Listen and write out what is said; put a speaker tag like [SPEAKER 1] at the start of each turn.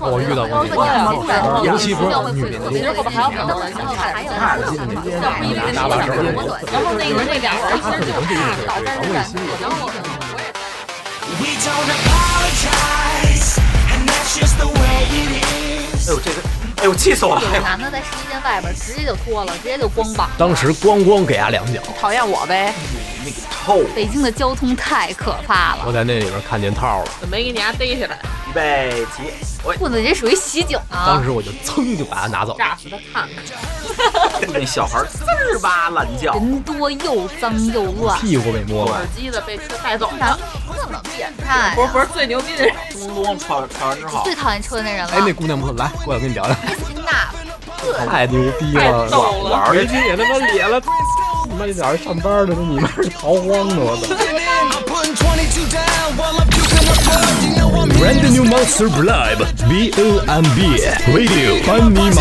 [SPEAKER 1] 哦
[SPEAKER 2] 我遇到
[SPEAKER 3] 哦
[SPEAKER 2] 过这种情况，尤其不是女的，
[SPEAKER 1] 其实我们还有很多人想看，看
[SPEAKER 2] 进去，
[SPEAKER 1] 不一定是短时间，然后那个那两个人其实就怕导致感情，然后我我也。We don't apologize, and that's just the way it is. 哎呦，这个。哎呦，气死我了！有男的在试衣间外边直接就脱了，直接就光膀。
[SPEAKER 3] 当时咣咣给他两脚。
[SPEAKER 1] 讨厌我呗！
[SPEAKER 2] 你个臭！
[SPEAKER 1] 北京的交通太可怕了。
[SPEAKER 3] 我在那里边看见套了。
[SPEAKER 4] 怎么没给你家逮起来？
[SPEAKER 2] 预备起！
[SPEAKER 1] 裤子这属于袭警啊！
[SPEAKER 3] 当时我就噌就把他拿走。
[SPEAKER 4] 炸死他看
[SPEAKER 2] 看！那小孩滋儿哇乱叫。
[SPEAKER 1] 人多又脏又乱。
[SPEAKER 3] 屁股被摸
[SPEAKER 1] 啊
[SPEAKER 3] 了。
[SPEAKER 4] 耳机的被车带走
[SPEAKER 1] 了。这么变态、啊！
[SPEAKER 4] 不是不是最牛逼的人，
[SPEAKER 2] 咚咚吵吵完之后。
[SPEAKER 1] 最讨厌车那人了。
[SPEAKER 3] 哎，那姑娘不来，我想跟你聊聊。
[SPEAKER 1] 哎
[SPEAKER 3] 太牛逼
[SPEAKER 4] 了！
[SPEAKER 3] 我回去也他妈咧了，他妈早上上班的，你妈逃荒呢！我操！Brand new monster live B O M B radio 班尼马。